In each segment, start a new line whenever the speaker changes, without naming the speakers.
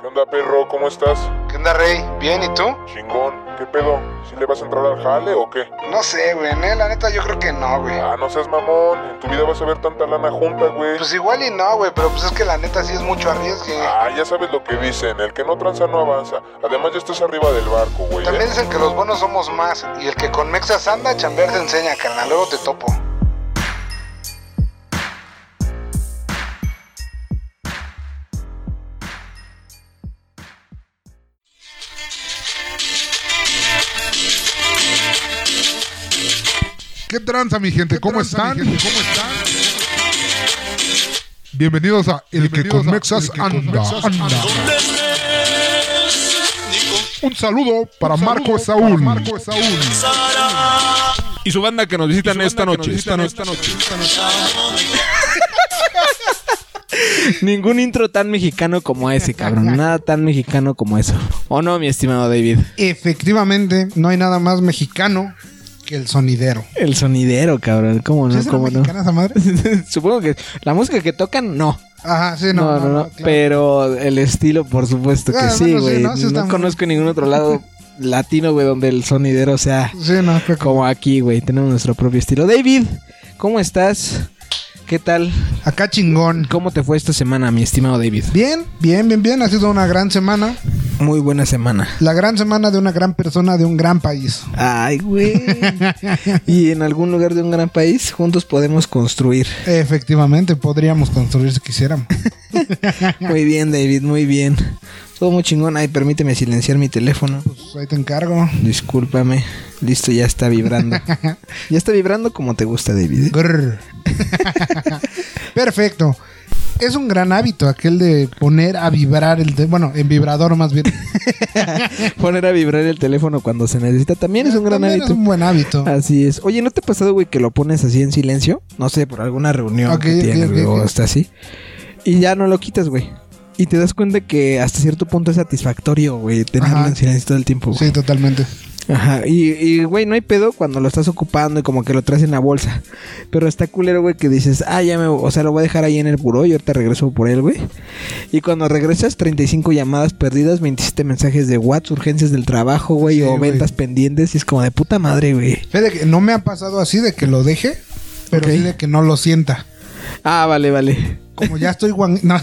¿Qué onda, perro? ¿Cómo estás?
¿Qué onda, Rey? ¿Bien? ¿Y tú?
Chingón. ¿Qué pedo? ¿Si le vas a entrar al jale o qué?
No sé, güey. ¿eh? La neta, yo creo que no, güey.
Ah, no seas mamón. En tu vida vas a ver tanta lana junta, güey.
Pues igual y no, güey. Pero pues es que la neta sí es mucho arriesgue.
Ah, ya sabes lo que dicen. El que no tranza no avanza. Además, ya estás arriba del barco, güey.
También
¿eh?
dicen que los buenos somos más. Y el que con mexas anda, chambear te enseña, carnal. Luego te topo.
¿Qué tranza, mi gente? ¿Cómo están? ¿Cómo están? Bienvenidos a El que con Mexas anda. anda. Un saludo para Marco Saúl. Marco Saúl.
Y su banda que nos visitan esta noche. Esta noche.
Ningún intro tan mexicano como ese, cabrón. Nada tan mexicano como eso. ¿O no, mi estimado David?
Efectivamente, no hay nada más mexicano que el sonidero.
El sonidero, cabrón. ¿Cómo no?
¿Sí
¿Cómo no?
mexicana esa madre?
Supongo que la música que tocan, no.
Ajá, sí,
No,
no.
no, no.
claro.
Pero el estilo, por supuesto que
Ah,
sí,
bueno, sí,
güey.
no, sí
no
está muy-
conozco ningún otro lado latino, güey, donde el sonidero sea
Sí, no, pero como-
como aquí, güey. Tenemos nuestro propio estilo. David, ¿cómo estás? ¿Qué tal?
Acá chingón.
¿Cómo te fue esta semana, mi estimado David?
Bien, bien, bien, bien. Ha sido una gran semana.
Muy buena semana.
La gran semana de una gran persona de un gran país.
Ay, güey. y en algún lugar de un gran país, juntos podemos construir.
Efectivamente, podríamos construir si quisiéramos.
Muy bien, David, muy bien. Todo muy chingón. Ay, permíteme silenciar mi teléfono.
Pues ahí te encargo.
Discúlpame. Listo, ya está vibrando. ya está vibrando como te gusta, David. ¿eh?
Grrr. Perfecto. Es un gran hábito aquel de poner a vibrar el... te- bueno, en vibrador más bien.
Poner a vibrar el teléfono cuando se necesita ¿eh? también es un gran
También
hábito.
Es un buen hábito.
Así es. Oye, ¿no te ha pasado, güey, que lo pones así en silencio? No sé, por alguna reunión
Ok,
que
ok,
tienes,
ok,
güey, o
ok.
está así. Y ya no lo quitas, güey. Y te das cuenta que hasta cierto punto es satisfactorio, güey, tenerlo
Ajá.
en silencio todo el tiempo, güey.
Sí, totalmente.
Ajá, y, y, güey, no hay pedo cuando lo estás ocupando y como que lo traes en la bolsa. Pero está culero, güey, que dices, ah, ya me, o sea, lo voy a dejar ahí en el buró y ahorita regreso por él, güey. Y cuando regresas, 35 llamadas perdidas, 27 mensajes de WhatsApp, urgencias del trabajo, güey,
Sí,
o
güey.
ventas pendientes. Y es como de puta madre, güey.
Fíjate que no me ha pasado así de que lo deje, pero
Ok.
sí de que no lo sienta.
Ah, vale, vale.
Como ya estoy guan... No.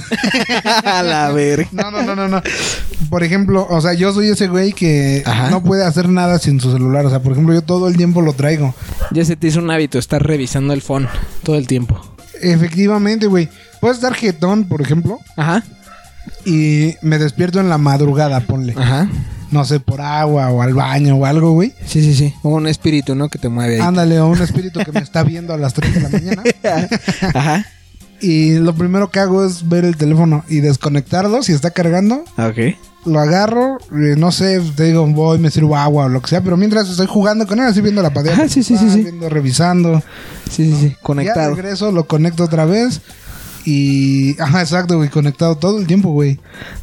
A la verga.
No, no, no, no, no. Por ejemplo, o sea, yo soy ese güey que
Ajá.
no puede hacer nada sin su celular. O sea, por ejemplo, yo todo el tiempo lo traigo.
Ya se te hizo un hábito estar revisando el phone todo el tiempo.
Efectivamente, güey. Puedes dar jetón, por ejemplo,
Ajá,
y me despierto en la madrugada, ponle.
ajá.
No sé, por agua o al baño o algo, güey.
Sí, sí, sí. O un espíritu, ¿no? Que te mueve ahí.
Ándale, o un espíritu que me está viendo a las 3 de la mañana.
Ajá.
Y lo primero que hago es ver el teléfono y desconectarlo. Si está cargando,
Ok.
lo agarro, eh, no sé, te digo, voy, me sirvo agua o lo que sea, pero mientras estoy jugando con él, así viendo la pantalla,
Ajá, Ah, sí, sí, sí, sí.
viendo, revisando,
Sí, sí, sí.
ya
Conectado.
regreso, lo conecto otra vez y, ajá, exacto, güey, conectado todo el tiempo, güey.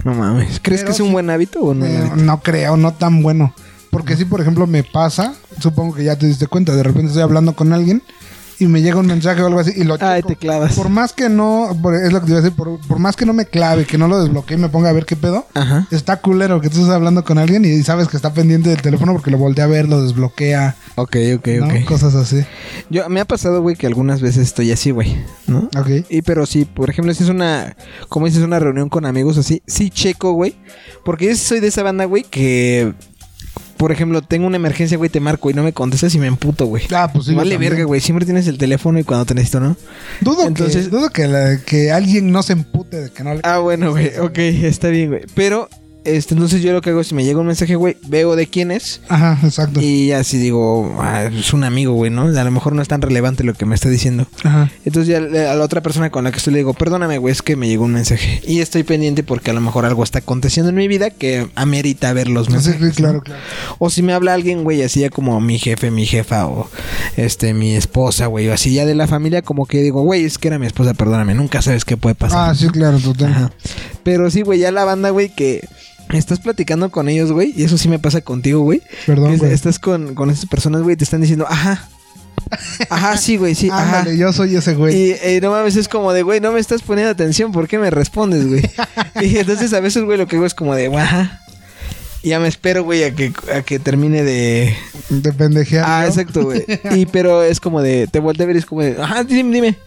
No mames. ¿Crees
Pero
que es un
sí-
buen hábito o no?
Eh, no creo, no tan bueno, porque si, por ejemplo, me pasa, supongo que ya te diste cuenta, de repente estoy hablando con alguien y me llega un mensaje o algo así y lo
Ay,
checo.
te clavas.
Por más que no, por- es lo que te iba a decir, por, por más que no me clave, que no lo desbloquee y me ponga a ver qué pedo,
Ajá.
Está culero que tú estás hablando con alguien y sabes que está pendiente del teléfono porque lo voltea a ver, lo desbloquea,
Ok, ok,
¿no?
ok.
Cosas así.
Yo, me ha pasado, güey, que algunas veces estoy así, güey. ¿No?
Ok.
Y pero sí, por ejemplo, si es una, como dices, una reunión con amigos así, sí checo, güey. Porque yo sí soy de esa banda, güey, que, por ejemplo, tengo una emergencia, güey, te marco y no me contestas y me emputo, güey.
Ah, pues sí. yo
vale
también.
verga, güey. Siempre tienes el teléfono y cuando te necesito, ¿no?
Dudo,
Entonces-
que, dudo que, la- que alguien no se empute de que no le...
Ah, bueno, güey. Ok, está bien, güey. Pero, este, entonces yo lo que hago es si me llega un mensaje, güey, veo de quién es.
Ajá, exacto.
Y así digo, "Ah, es un amigo, güey, ¿no? A lo mejor no es tan relevante lo que me está diciendo.
Ajá.
Entonces ya le- a la otra persona con la que estoy le digo, perdóname, güey, es que me llegó un mensaje. Y estoy pendiente porque a lo mejor algo está aconteciendo en mi vida que amerita ver los
Sí,
mensajes.
sí, claro, claro.
O si me habla alguien, güey, así ya como mi jefe, mi jefa o este, mi esposa, güey, o así ya de la familia, como que digo, güey, es que era mi esposa, perdóname, nunca sabes qué puede pasar.
Ah, sí, claro, total.
Ajá. Pero sí, güey, ya la banda, güey, que estás platicando con ellos, güey, y eso sí me pasa contigo, güey.
Perdón,
Es-
güey.
Estás con, con esas personas, güey, y te están diciendo, ajá, Ajá, sí, güey, sí. ajá.
Ándale, yo soy ese güey.
Y eh, no mames, es como de, güey, no me estás poniendo atención, ¿por qué me respondes, güey? y entonces a veces, güey, lo que hago es como de, ajá. Y Ya me espero, güey, a que, a que termine de...
De pendejear.
Ah,
¿no?
exacto, güey. Y pero es como de, te volteé a ver y es como de, ajá, dime, dime.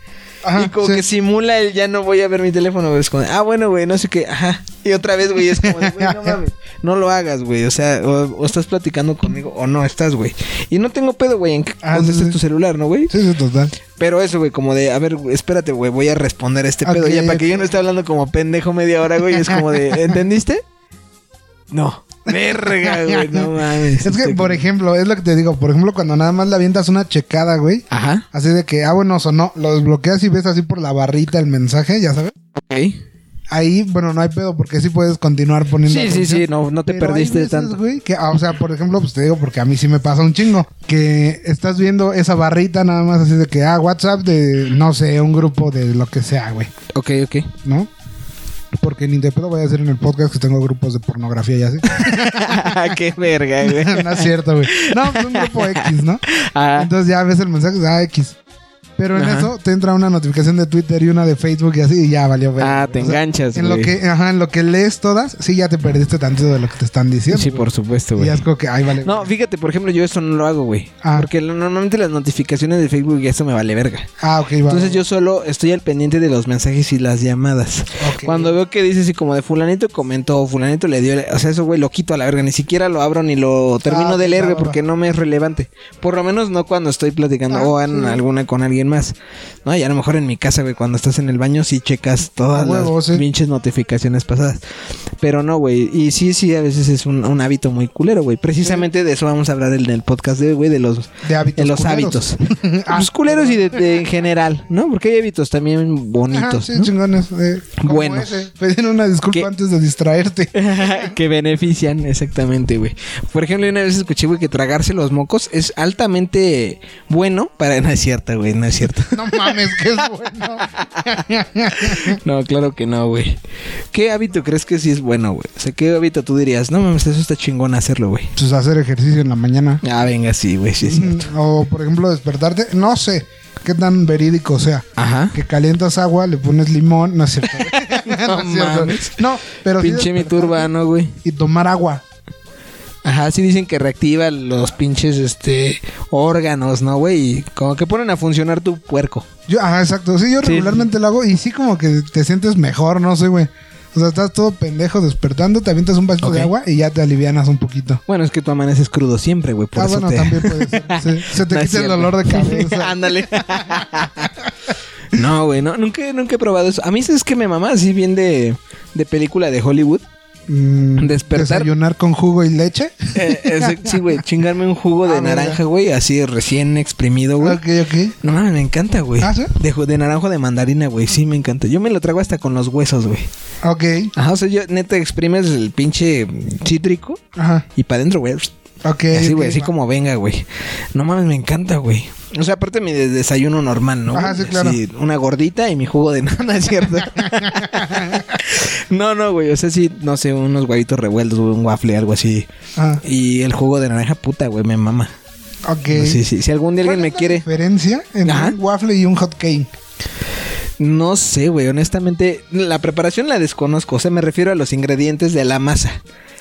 Ajá,
y como
sí.
que simula el ya no voy a ver mi teléfono, güey. Es como, de, ah, bueno, güey, no sé qué, ajá. Y otra vez, güey, es como, de, güey, no mames, no lo hagas, güey. O sea, o, o estás platicando conmigo o no estás, güey. Y no tengo pedo, güey, en que
Ah, sí,
contestes
sí.
tu celular, ¿no, güey?
Sí, sí, total.
Pero eso, güey, como de, a ver, güey, espérate, güey, voy a responder a este pedo.
Ok,
Ya, para que
ok.
yo no esté hablando como pendejo media hora, güey, es como de, ¿entendiste? No. Verga, güey, no mames.
Es que,
Este-
por ejemplo, es lo que te digo. Por ejemplo, cuando nada más le avientas una checada, güey.
Ajá,
Así de que, ah, bueno, sonó. Lo desbloqueas y ves así por la barrita el mensaje, ya sabes.
ok.
Ahí, bueno, no hay pedo porque sí puedes continuar poniendo.
Sí, sí,
atención.
sí, no, no te
Pero hay
perdiste
veces,
tanto.
güey, que, ah, o sea, por ejemplo, pues te digo porque a mí sí me pasa un chingo. Que estás viendo esa barrita nada más así de que, ah, WhatsApp de, no sé, un grupo de lo que sea, güey.
Ok, ok.
¿No? Porque ni de pedo voy a hacer en el podcast que tengo grupos de pornografía y así.
Qué verga, güey.
no es cierto, güey. No, pues un grupo X, ¿no?
Ah,
Entonces ya ves el mensaje, ah, X. Pero en
Ajá.
eso te entra una notificación de Twitter y una de Facebook y así, y ya valió. verga,
ah, te
güey. O sea,
enganchas,
en lo
güey.
que, ajá, en lo que lees todas, sí ya te perdiste tanto de lo que te están diciendo.
Sí, por supuesto,
Y
güey.
ya es como que, ay, vale.
No, fíjate, por ejemplo, yo eso no lo hago, güey.
Ah.
Porque lo- normalmente las notificaciones de Facebook y eso me vale verga.
Ah, ok, va.
Entonces yo solo estoy al pendiente de los mensajes y las llamadas.
Ok.
Cuando veo que dice así como de fulanito comentó o fulanito le dio, o sea, eso güey lo quito a la verga, ni siquiera lo abro ni lo termino
Ah,
de leer, güey,
claro.
porque no me es relevante. Por lo menos no cuando estoy platicando
Ah,
o en
sí.
alguna con alguien más. No, y a lo mejor en mi casa, güey, cuando estás en el baño sí checas todas
A huevo,
las
sí.
pinches notificaciones pasadas. Pero no, güey, y sí, sí, a veces es un, un hábito muy culero, güey. Precisamente de eso vamos a hablar en el podcast de, hoy, güey, de los
de hábitos.
en los
culeros.
hábitos.
Ah,
Los pues, culeros y de, de- en general, ¿no? Porque hay hábitos también
Ajá,
bonitos,
sí,
¿no?
chingones. eh, como
Buenos.
ese. Pedir una disculpa
¿Qué?
antes de distraerte.
que benefician, exactamente, güey. Por ejemplo, una vez escuché, güey, que tragarse los mocos es altamente bueno para... No es cierto, güey, no es cierto.
No mames, que es bueno.
No, claro que no, güey. ¿Qué hábito crees que sí es bueno, güey? O sea, ¿qué hábito tú dirías? No mames, eso está chingón hacerlo, güey.
Pues hacer ejercicio en la mañana.
Ah, venga, sí, güey, sí es cierto.
Mm, O, por ejemplo, despertarte. No sé qué tan verídico sea.
Ajá.
Que calientas agua, le pones limón. No es cierto.
No
es cierto.
mames.
No, pero sí
Pinche mito
despertarte
urbano, güey.
Y tomar agua.
Ajá, sí dicen que reactiva los pinches, este, órganos, ¿no, güey? Y Como que ponen a funcionar tu puerco.
Yo, ajá, exacto. Sí, yo
Sí.
regularmente lo hago y sí como que te sientes mejor, no sé, güey. O sea, estás todo pendejo despertando, te avientas un vasito de
Ok.
agua y ya te alivianas un poquito.
Bueno, es que tú amaneces crudo siempre, güey. Por
ah,
eso
bueno,
te...
también puede ser. Sí. Se te
No
quita
es
el
cierto.
dolor de cabeza.
Ándale. no, güey, no, nunca, nunca he probado eso. A mí es que me mamá así bien de, de película de Hollywood.
Mm,
Despertar.
Desayunar con jugo y leche.
Eh, ese- sí, güey, chingarme un jugo de
Ah, mira.
naranja, güey, así recién exprimido, güey.
Ok, ok.
No mames, me encanta, güey.
¿Ah, sí?
De, ju- de naranjo de mandarina, güey. Sí, me encanta. Yo me lo trago hasta con los huesos, güey.
Ok.
Ajá, o sea, yo neta exprimes el pinche cítrico
Ajá.
y para adentro, güey.
Ok.
Así,
ok,
güey, así
va.
como venga, güey. No mames, me encanta, güey. O sea, aparte mi de- desayuno normal, ¿no?
Ajá, sí, claro.
Así, una gordita y mi jugo de nada, ¿cierto? no, no, güey. O sea, sí, no sé, unos huevitos revueltos, güey, un waffle, algo así.
Ajá.
Y el jugo de naranja puta, güey, me mama.
Ah. Ok.
Sí, sí. Si algún día
¿Cuál
alguien me
es la
quiere.
diferencia entre
Ajá.
un waffle y un hot cake?
No sé, güey. Honestamente, la preparación la desconozco. O sea, me refiero a los ingredientes de la masa.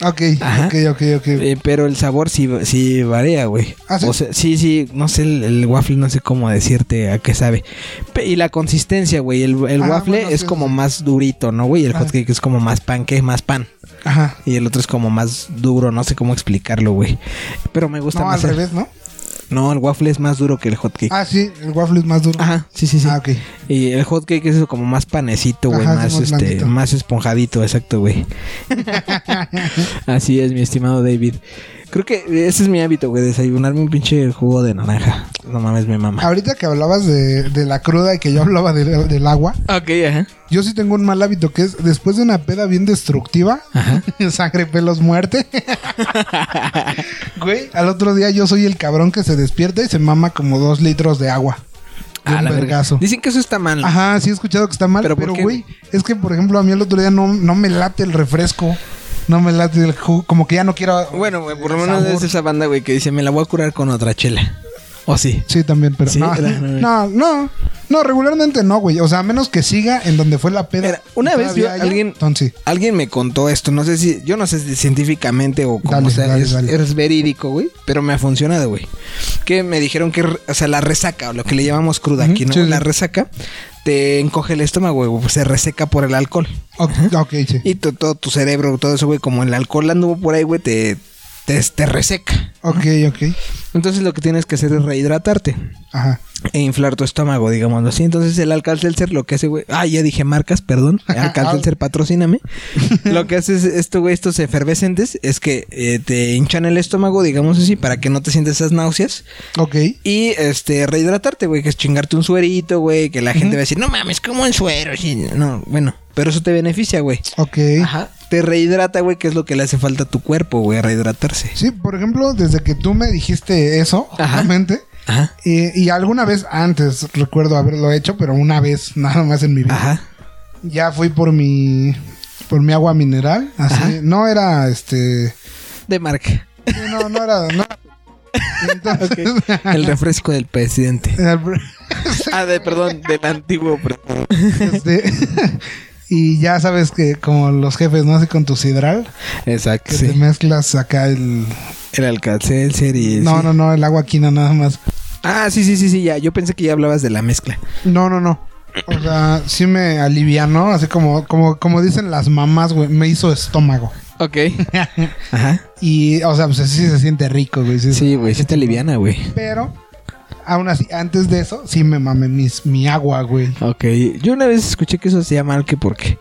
Ok,
Ajá.
ok, ok, ok.
Eh, pero el sabor sí, sí varía, güey.
¿Ah, sí?
O sea, sí, sí, no sé, el, el waffle no sé cómo decirte a qué sabe. Pe- y la consistencia, güey, el, el
Ah,
waffle
bueno,
es
sí,
como
sí.
más durito, ¿no, güey? El
Ah.
hotcake es como más pan que más pan.
Ajá.
Y el otro es como más duro, no sé cómo explicarlo, güey. Pero me gusta
No, al
más. el-
revés, ¿no?
No, el waffle es más duro que el hotcake.
Ah, sí, el waffle es más duro.
Ajá, sí, sí, sí.
Ah, ok.
Y el hotcake es como más panecito, güey,
Ajá,
más
sí, más
este,
blandito.
más esponjadito, exacto, güey. Así es, mi estimado David. Creo que ese es mi hábito, güey, desayunarme un pinche jugo de naranja. No mames, mi mamá.
Ahorita que hablabas de, de la cruda y que yo hablaba del- del agua,
Ok, ajá.
yo sí tengo Ah, un mal hábito que es después de una peda bien destructiva,
Ajá.
sangre, pelos, muerte. Güey, al otro día yo soy el cabrón que se despierta y se mama como dos litros de agua. De un
Ah, la verga.
vergazo.
Dicen que eso está mal.
Ajá, sí he escuchado que está mal,
¿Pero
pero,
por qué,
güey, es que por ejemplo a mí el otro día no, no me late el refresco, no me late el jugo, como que ya no quiero...
Bueno, güey, por lo
el
menos
sabor.
es esa banda, güey, que dice, me la voy a curar con otra chela. ¿O sí?
Sí, también, pero
Sí,
no,
era-
no, no, no, regularmente no, güey. O sea, a menos que siga en donde fue la peda.
Mira, una
y
vez
todavía
yo-
haya,
alguien-
Entonces,
Alguien me contó esto, no sé si, yo no sé si científicamente o como
Dale,
sea,
dale,
es,
dale.
es verídico, güey, pero me ha funcionado, güey. Que me dijeron que, o sea, la resaca, o lo que le llamamos cruda aquí, ¿no?
sí, sí.
La resaca te encoge el estómago, güey, pues se reseca por el alcohol.
ok, ok, sí.
Y tu- todo tu cerebro, todo eso, güey, como el alcohol anduvo por ahí, güey, te, te, te reseca.
Ok, ok.
Entonces lo que tienes que hacer es rehidratarte
Ajá.
e inflar tu estómago, digámoslo así. Entonces el Alcalcelcer lo que hace, güey... Ah, ya dije marcas, perdón. Alcalcelcer, patrocíname. Lo que hace es esto, güey, estos efervescentes, es que eh, te hinchan el estómago, digamos así, para que no te sientas esas náuseas.
Ok.
Y, este, rehidratarte, güey, que es chingarte un suerito, güey, que la gente va a decir, no mames, como en suero. Sí, No, bueno, pero eso te beneficia, güey.
Ok.
Ajá. Te rehidrata, güey, que es lo que le hace falta a tu cuerpo, güey, rehidratarse.
Sí, por ejemplo, desde que tú me dijiste eso,
Ajá.
obviamente.
Ajá.
eh, y alguna vez antes recuerdo haberlo hecho, pero una vez nada más en mi vida.
Ajá.
Ya fui por mi por mi agua mineral, así,
Ajá.
no era este,
De marca.
sí, no no era no. Entonces,
El refresco del presidente. Ah, de, perdón, del antiguo presidente.
este, y ya sabes que como los jefes no así con tu sidral,
Exacto,
que te mezclas acá el
El Alcacelser y...
No,
sí.
no, no, el agua quina nada más.
Ah, sí, sí, sí, sí, ya. Yo pensé que ya hablabas de la mezcla.
No, no, no. O sea, sí me alivianó, así como, como, como dicen las mamás, güey, me hizo estómago.
Ok. Ajá.
Y, o sea, pues sí se siente rico, güey. sí.
Sí, güey, sí te aliviana, güey.
Pero, aún así, antes de eso, sí me mamé mis, mi agua, güey.
Ok. Yo una vez escuché que eso hacía mal que porque...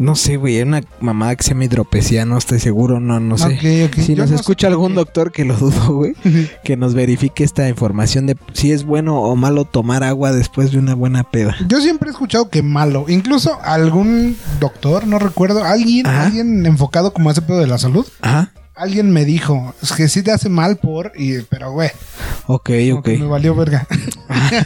No sé, güey, era una mamada que se me hidropesía, no estoy seguro, no, no sé.
Ok, ok.
Si
Yo
nos
no sé
escucha algún doctor que lo dudo, güey, que nos verifique esta información de si es bueno o malo tomar agua después de una buena peda.
Yo siempre he escuchado que malo. Incluso algún doctor, no recuerdo, alguien,
Ajá.
alguien enfocado como a ese pedo de la salud,
Ajá.
alguien me dijo, es que sí te hace mal por, y, pero güey,
Ok,
como
ok.
que me valió verga.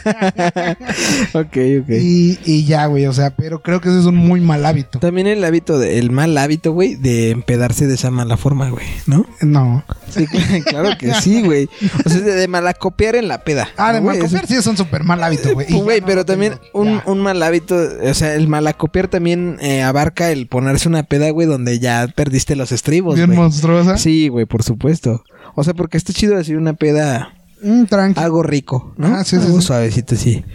ok, ok.
Y, y ya, güey, o sea, pero creo que ese es un muy mal hábito.
También el hábito, de- el mal hábito, güey, de empedarse de esa mala forma, güey, ¿no?
No.
Sí, cl- claro que sí, güey. O sea, de, de malacopiar en la peda.
Ah, de
¿no, güey?
mal copiar sí es un súper mal hábito, güey.
Pues,
Y ya
Güey,
no
pero
lo
también
tengo.
un,
Ya.
un mal hábito, o sea, el malacopiar también eh, abarca el ponerse una peda, güey, donde ya perdiste los estribos,
Bien ¿eh?
güey.
monstruosa.
Sí, güey, por supuesto. O sea, porque está chido decir una peda
Mm, tranqui.
algo rico, ¿no?
Ah, sí, sí,
Algo
sí.
suavecito, sí.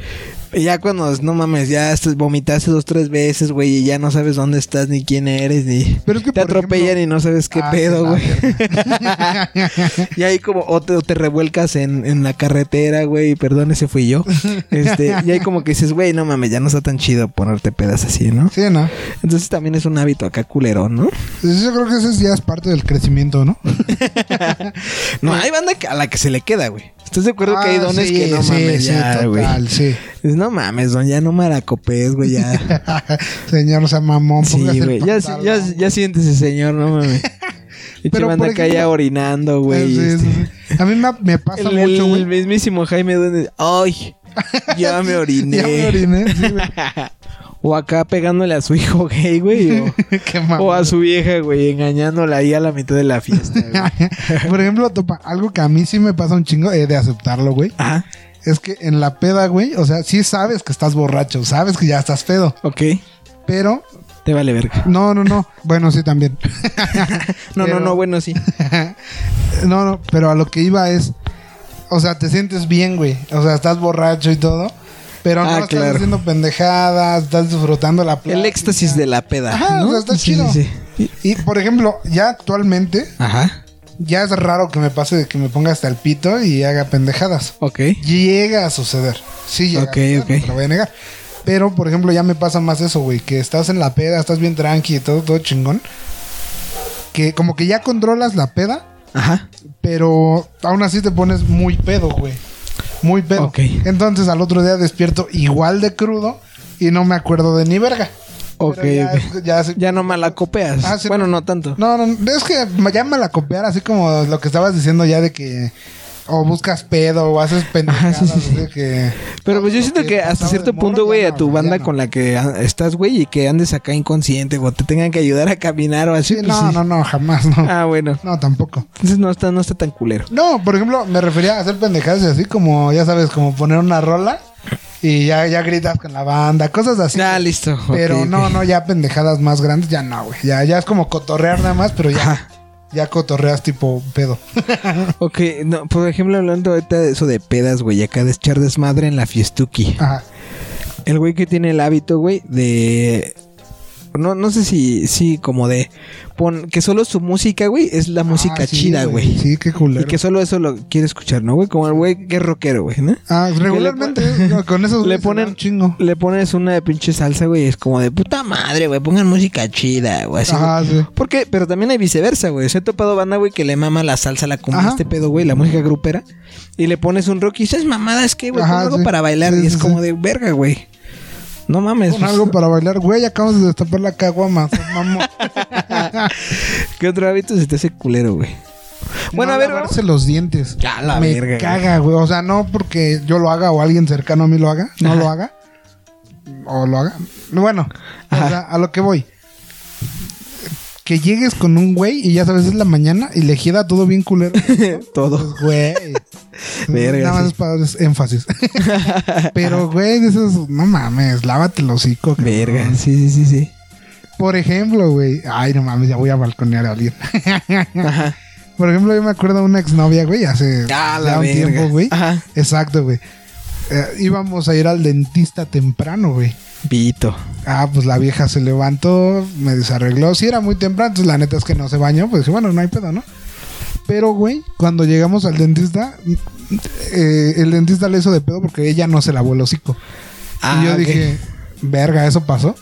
Y Ya cuando, no mames, ya estás- vomitaste dos, tres veces, güey, y ya no sabes dónde estás, ni quién eres, ni...
Pero es que,
te
por
atropellan
ejemplo-
y no sabes qué
Ah,
pedo,
sí,
güey.
la verga.
y ahí como, o te, o te revuelcas en, en la carretera, güey, perdón, ese fui yo. Este, y ahí como que dices, güey, no mames, ya no está tan chido ponerte pedas así, ¿no?
Sí, ¿no?
Entonces también es un hábito acá culero, ¿no?
Pues Yo creo que ese ya es parte del crecimiento, ¿no?
No, hay banda que- a la que se le queda, güey. ¿Estás de acuerdo que hay
Ah,
dones
sí,
que no
sí,
mames
sí,
ya, güey?
total, sí.
Dices, Pues no mames, don, ya no maracopes, güey, ya...
Señor Samamón, póngase
Sí,
el
güey. Ya, si-
pantalón.
ya, ya siéntese, señor, no mames. Y
Pero,
manda
por
acá ya
ejemplo-
orinando, güey.
Sí, sí,
este.
sí. A mí me, me pasa
El, el-
mucho,
el
güey.
mismísimo Jaime Duende. ¡Ay! Ya me oriné.
Ya me oriné, sí, güey.
O acá pegándole a su hijo gay, güey. O,
Qué
o
mamá.
a su vieja, güey. Engañándola ahí a la mitad de la fiesta, güey.
Por ejemplo, topa, algo que a mí sí me pasa un chingo, he de aceptarlo, güey.
Ajá.
Es que en la peda, güey, o sea, sí sabes que estás borracho, sabes que ya estás pedo,
Ok.
pero
Te vale verga.
no, no, no. Bueno, sí, también.
No,
Pero-
no, no, bueno, sí.
No, no, pero a lo que iba es. O sea, te sientes bien, güey. O sea, estás borracho y todo. Pero no
Ah,
estás
claro.
haciendo pendejadas, estás disfrutando la
El
plática.
éxtasis de la peda.
Ajá,
¿no?
o sea, está
Sí,
chido.
sí, sí.
Y por ejemplo, ya actualmente,
Ajá.
ya es raro que me pase de que me ponga hasta el pito y haga pendejadas.
Ok.
Llega a suceder. Sí, llega. a
Ok,
suceder,
ok.
No te lo voy a negar. Pero, por ejemplo, ya me pasa más eso, güey. Que estás en la peda, estás bien tranqui y todo, todo chingón. Que como que ya controlas la peda.
Ajá.
pero aún así te pones muy pedo, güey. Muy pedo.
Ok.
Entonces al otro día despierto igual de crudo y no me acuerdo de ni verga.
Ok,
Pero ya,
ok.
ya se-
Ya no malacopeas.
Ah, sí,
bueno,
no.
no tanto.
No, no, es que me llama la copiar así como lo que estabas diciendo ya de que O buscas pedo, o haces pendejadas.
Ajá, sí, sí, sí.
así que-
Pero pues yo
Lo
siento
que
que hasta
pasaba de
cierto punto,
morro,
güey,
ya
a
no,
tu
ya
banda
no.
con la que a- estás, güey, y que andes acá inconsciente, o te tengan que ayudar a caminar o así.
Sí,
pues,
no,
sí.
no, no, jamás, no.
Ah, bueno.
No, tampoco.
Entonces no está, no está tan culero.
No, por ejemplo, me refería a hacer pendejadas y así como, ya sabes, como poner una rola y ya, ya gritas con la banda, cosas así.
Ah,
güey.
listo.
Pero
Ok,
no,
ok.
no, ya pendejadas más grandes, ya no, güey. Ya, ya es como cotorrear nada más, pero ya, ya cotorreas tipo pedo.
Ok, no, por ejemplo, hablando ahorita de eso de pedas, güey, acá de echar desmadre en la fiestuki.
Ajá.
El güey que tiene el hábito, güey, de... No, no sé si, sí, como de... Pon, que solo su música, güey, es la música
Ah, sí,
chida, güey.
Sí, qué culero.
Y que solo eso lo quiere escuchar, ¿no, güey? Como el güey que es rockero, güey, ¿no?
Ah, regularmente no, con esos
Le
güeyes se
ponen-
da un "Ah, chingo.
Le pones una pinche salsa, güey, y es como de puta madre, güey, pongan música chida, güey, así.
Ajá, sí.
Porque, pero también hay viceversa, güey. Se ha topado banda, güey, que le mama la salsa, la cumbia,
Ajá.
este pedo, güey, la música grupera. Y le pones un rock y dices, mamada, es que, güey,
Ajá,
pon algo
sí.
para bailar.
Sí,
y es
sí,
como
sí.
de verga, güey. No mames.
Pon
pues,
algo para bailar, güey, acabamos de destapar la caguama, mamón.
¿Qué otro hábito se te hace culero, güey? Bueno,
No
a ver,
lavarse los dientes.
Ya, la
Me
verga, güey.
caga, güey. O sea, no porque yo lo haga o alguien cercano a mí lo haga, no
Ajá.
lo haga. O lo haga. Bueno, o
Ajá.
sea, a lo que voy. Que llegues con un güey y ya sabes, es la mañana y le queda todo bien culero.
vamos- todo.
Pues, güey.
Verga,
Nada más
sí.
es para dar énfasis. Pero, güey, de esos, no mames, lávate el hocico. cabrón.
Verga, sí, sí, sí, sí.
Por ejemplo, güey. Ay, no mames, ya voy a balconear a alguien.
Ajá.
Por ejemplo, yo me acuerdo de una exnovia, güey, hace
Ah, la
ya un
verga.
tiempo, güey.
Ajá.
Exacto, güey. Eh, íbamos a ir al dentista temprano, güey.
Vito.
Ah, pues la vieja se levantó, me desarregló. Si era muy temprano, entonces la neta es que no se bañó. Pues dije, bueno, no hay pedo, ¿no? Pero, güey, cuando llegamos al dentista, eh, el dentista le hizo de pedo porque ella no se lavó el hocico.
Ah,
y yo
ok.
dije, verga, eso pasó.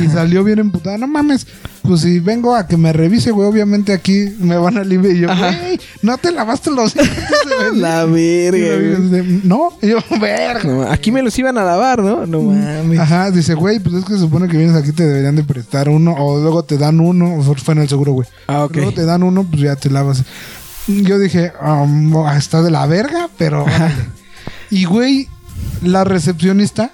Y salió bien emputada, no mames. Pues si vengo a que me revise, güey, obviamente aquí me van a limpiar. Y yo,
Ajá.
güey, no te lavaste los
La
Y la
verga,
vieja
güey.
así de, No, Y yo, verga.
No, aquí me los iban a lavar, ¿no? No mames.
Ajá, dice, güey, pues es que se supone que vienes aquí, te deberían de prestar uno, o luego te dan uno, o fue en el seguro, güey.
Ah, ok.
Luego te dan uno, pues ya te lavas. Yo dije, "Um, está de la verga, pero... órale". y, güey, la recepcionista,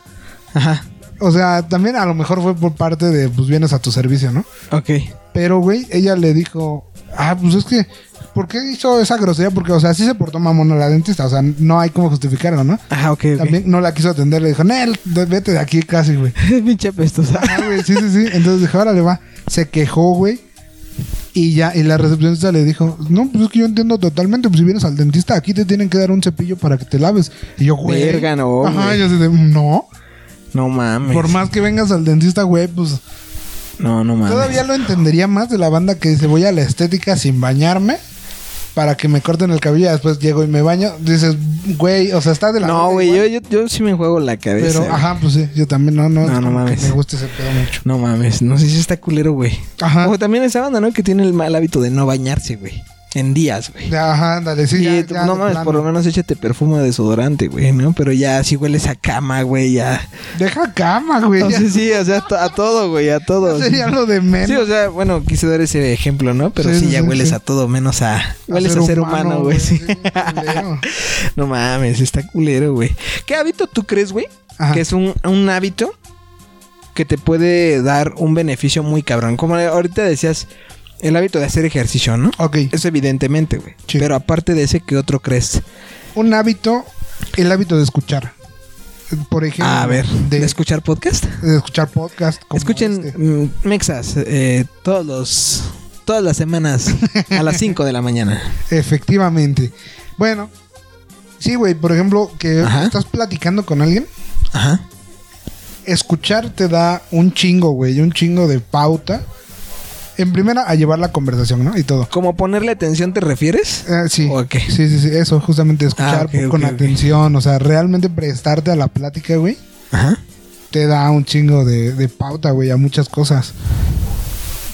Ajá.
o sea, también a lo mejor fue por parte de, pues vienes a tu servicio, ¿no?
Ok.
Pero, güey, ella le dijo, ah, pues es que, ¿por qué hizo esa grosería? Porque, o sea, sí se portó mamona la dentista, o sea, no hay cómo justificarlo, ¿no?
Ajá, ok, ok.
También no la quiso atender, le dijo, Nel, vete de aquí casi, güey.
Pinche apestosa.
Ah, güey, sí, sí, sí. Entonces dije, órale, va. Se quejó, güey. Y ya, y la recepcionista le dijo, no, pues es que yo entiendo totalmente, pues si vienes al dentista, aquí te tienen que dar un cepillo para que te laves. Y yo, güey.
Verga, no,
Ajá,
güey.
yo así de, no.
No mames.
Por más que vengas al dentista, güey, pues
No, no mames.
todavía lo entendería más de la banda que dice, voy a la estética sin bañarme para que me corten el cabello y después llego y me baño. Dices, güey, o sea, está de la
No,
verga
güey,
igual,
yo, yo, yo sí me juego la cabeza.
Pero,
güey.
ajá, pues sí, yo también, no, no.
No,
es
no
como que
mames.
Me gusta ese pedo mucho.
No mames, no sé si está culero, güey.
Ajá.
O también esa banda, ¿no? Que tiene el mal hábito de no bañarse, güey. En días, güey.
Ya, Ajá, ándale, sí.
Y,
ya,
tú,
ya,
no
de
mames,
plano.
por lo menos échate perfume o desodorante, güey, ¿no? Pero ya, si hueles a cama, güey, ya.
Deja cama, güey.
No
ya,
sé, sí, o sea, to- a todo, güey, a todo.
sería lo de menos.
Sí, o sea, bueno, quise dar ese ejemplo, ¿no? Pero
Sí,
sí,
sí,
ya
sí,
hueles
sí.
a todo, menos a... Hueles a ser humano, güey, sí.
culero.
No mames, está culero, güey. ¿Qué hábito tú crees, güey?
Ajá.
Que es un, un hábito que te puede dar un beneficio muy cabrón. Como ahorita decías, el hábito de hacer ejercicio, ¿no?
ok,
Eso evidentemente, güey.
Sí.
Pero aparte de ese, ¿qué otro crees?
un hábito, el hábito de escuchar. Por ejemplo,
Ah, A ver,
de,
¿de escuchar podcast?
de escuchar podcast. como
Escuchen
este.
mm, Mexas eh, todos los... Todas las semanas a las 5 de la mañana.
Efectivamente. Bueno, sí, güey, por ejemplo, que
Ajá.
estás platicando con alguien,
Ajá.
escuchar te da un chingo, güey, un chingo de pauta. En primera, a llevar la conversación, ¿no? Y todo.
¿Como ponerle atención te refieres?
Eh, sí.
¿O a qué?
sí, sí, sí, eso, justamente escuchar
Ah, ok,
con
ok, ok.
atención, o sea, realmente prestarte a la plática, güey,
Ajá.
te da un chingo de, de pauta, güey, a muchas cosas.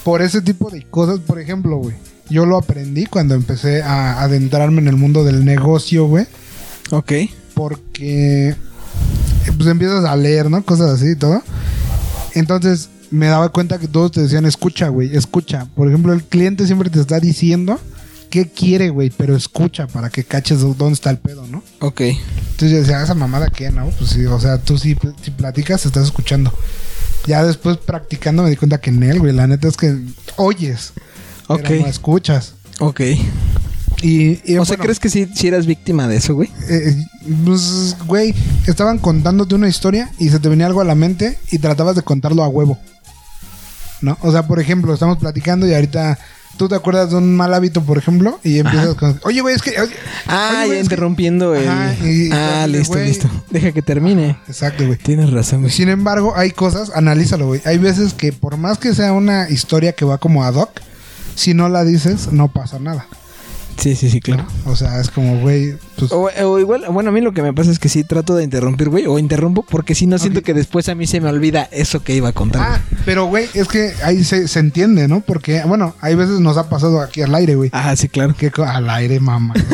Por ese tipo de cosas, por ejemplo, güey, yo lo aprendí cuando empecé a adentrarme en el mundo del negocio, güey,
Ok.
porque eh, pues empiezas a leer, ¿no? Cosas así y todo. Entonces me daba cuenta que todos te decían, escucha, güey, escucha. Por ejemplo, el cliente siempre te está diciendo qué quiere, güey, pero escucha para que caches dónde está el pedo, ¿no?
Ok.
Entonces yo decía, esa mamada qué, ¿no? Pues sí, o sea, tú si, si platicas, estás escuchando. Ya después practicando me di cuenta que en él, güey, la neta es que oyes,
Ok.
pero no escuchas.
Ok.
Y, y,
o sea,
bueno,
¿crees que si eras víctima de eso, güey?
eh, pues, güey, estaban contándote una historia y se te venía algo a la mente y tratabas de contarlo a huevo. ¿No? O sea, por ejemplo, estamos platicando y ahorita tú te acuerdas de un mal hábito, por ejemplo, y empiezas con, oye, güey, es que... oye, oye,
Ah,
güey,
ya
es que-"
interrumpiendo el...
Ajá, y- y-
ah,
y-
listo,
güey.
listo. Deja que termine.
Exacto, güey.
Tienes razón, güey.
Sin embargo, hay cosas, analízalo, güey. Hay veces que por más que sea una historia que va como ad hoc, si no la dices, no pasa nada.
Sí, sí, sí, claro.
O sea, es como, güey, pues...
O, o igual, bueno, a mí lo que me pasa es que sí trato de interrumpir, güey, o interrumpo porque si no siento que después a mí se me olvida eso que iba a contar.
Ah,
güey.
pero güey, es que ahí se, se entiende, ¿no? Porque, bueno, hay veces nos ha pasado aquí al aire, güey.
Ajá, sí, claro.
Que co- al aire, mamá.